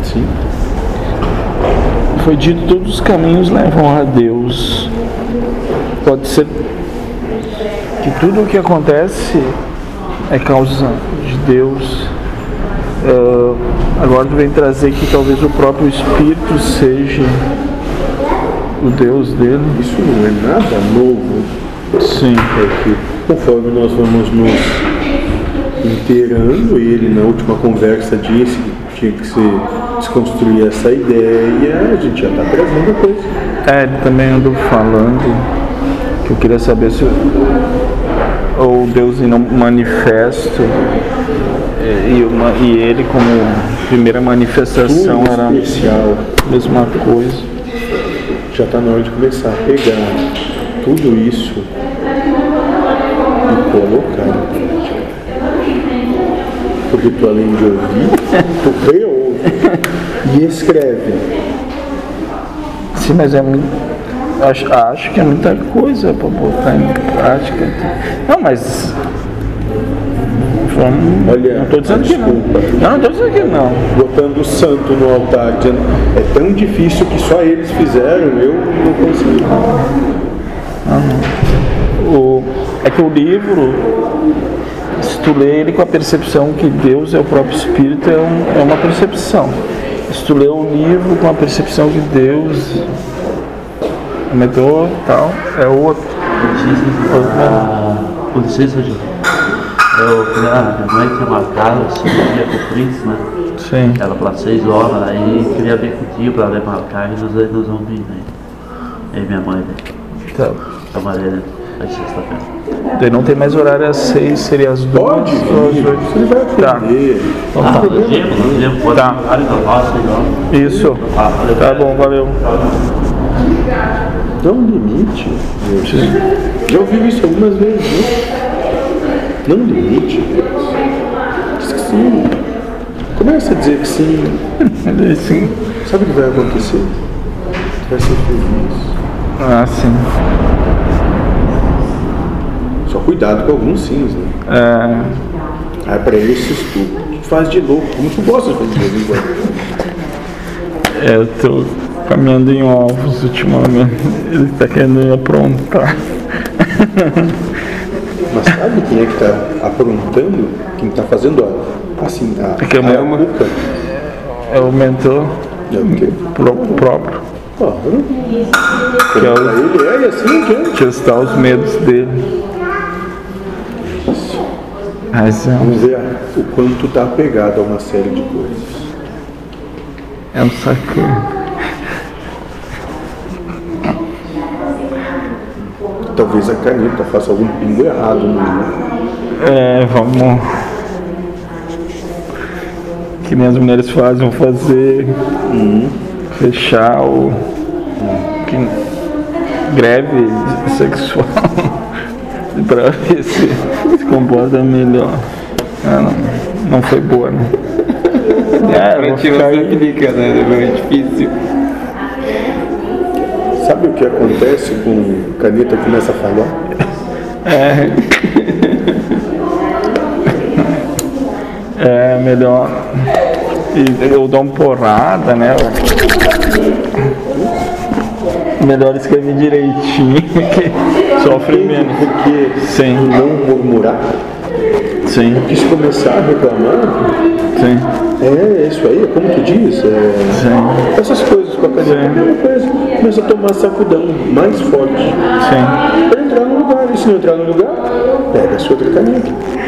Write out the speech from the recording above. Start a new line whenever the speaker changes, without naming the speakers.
assim. Foi dito todos os caminhos levam a Deus. Pode ser que tudo o que acontece é causa de Deus. Uh, agora tu vem trazer que talvez o próprio Espírito seja o Deus dele.
Isso não é nada novo.
Sim.
É que conforme nós vamos nos inteirando, e ele na última conversa disse que tinha que se desconstruir essa ideia, a gente já está trazendo coisa.
É, ele também andou falando que eu queria saber se ou Deus em um manifesto é, e, uma, e ele como primeira manifestação
Tudo
era a
especial.
mesma coisa.
Já está na hora de começar a pegar tudo isso e colocar em prática. Porque tu além de ouvir, tu reouve e escreve.
Sim, mas é muito. Acho, acho que é muita coisa para botar em prática. Não, mas. Vamos,
Olha,
não tô dizendo que não.
desculpa.
Não, não tô dizendo que não.
botando o santo no altar, dizendo, é tão difícil que só eles fizeram, eu não consegui.
O, é que o livro, se tu lê ele com a percepção que Deus é o próprio Espírito, é, um- é uma percepção. Se tu lê o livro com a percepção que Deus é metrô tal, é outro.
Ah, com licença, Gil. Eu falei, ah, minha mãe tinha uma casa, cirurgia com o Prince, né?
Sim.
Ela para seis horas, aí queria ver contigo para levar a carne e nós, aí nós vamos vir, né? Aí minha mãe, né?
Tá.
Camareira, aí tá sexta-feira.
Daí não tem mais horário às seis, seria às duas.
Pode
ou às
vir,
oito.
você vai
Tá.
aprender.
Ah, nós viemos, nós viemos, pode
Tá.
área da nossa, aí, ó.
Isso.
Ah, valeu.
Tá bom, valeu.
Dá um limite. meu. Já ouvi isso algumas vezes, né? Não limite. Diz que sim. Começa a dizer que sim. é
Sim.
Sabe o que vai acontecer? Tu vai ser feliz.
Ah, sim.
Só cuidado com alguns sims, né?
É,
Ah, pra esses tu faz de louco, como tu gosta de fazer de vez em quando.
é, eu tô caminhando em ovos ultimamente. Ele tá querendo me aprontar.
Mas sabe quem é que tá aprontando? Quem tá fazendo a, assim, a,
que é
a
uma-
cuca?
É o mentor
É o quê?
pro, próprio,
Claro.
que é
Pra
o
ele é e assim adiante.
testar os medos dele. Mas é um,
Vamos ver o quanto tu tá apegado a uma série de coisas.
é um saco.
Talvez a caneta faça algum pingo errado no livro.
É, vamos. Que nem as mulheres fazem, vão fazer. Fechar o. que- greve sexual. pra ver se se comporta melhor. Ah, não, não foi boa, né? É, eu vou ficar aí.
Sabe o que acontece quando a caneta começa a falhar?
É melhor. E eu dou uma porrada, né? Melhor escrever direitinho que sofre menos.
Porque
Sim,
não murmurar,
sim,
que se começar a reclamar,
sim,
é isso aí, é como tu diz, é...
sim,
Essas coisas com a caneta é a mesma coisa. Começa a tomar sacudão mais forte.
sim.
Para entrar no lugar. E se não entrar no lugar, pega a sua outra caneta.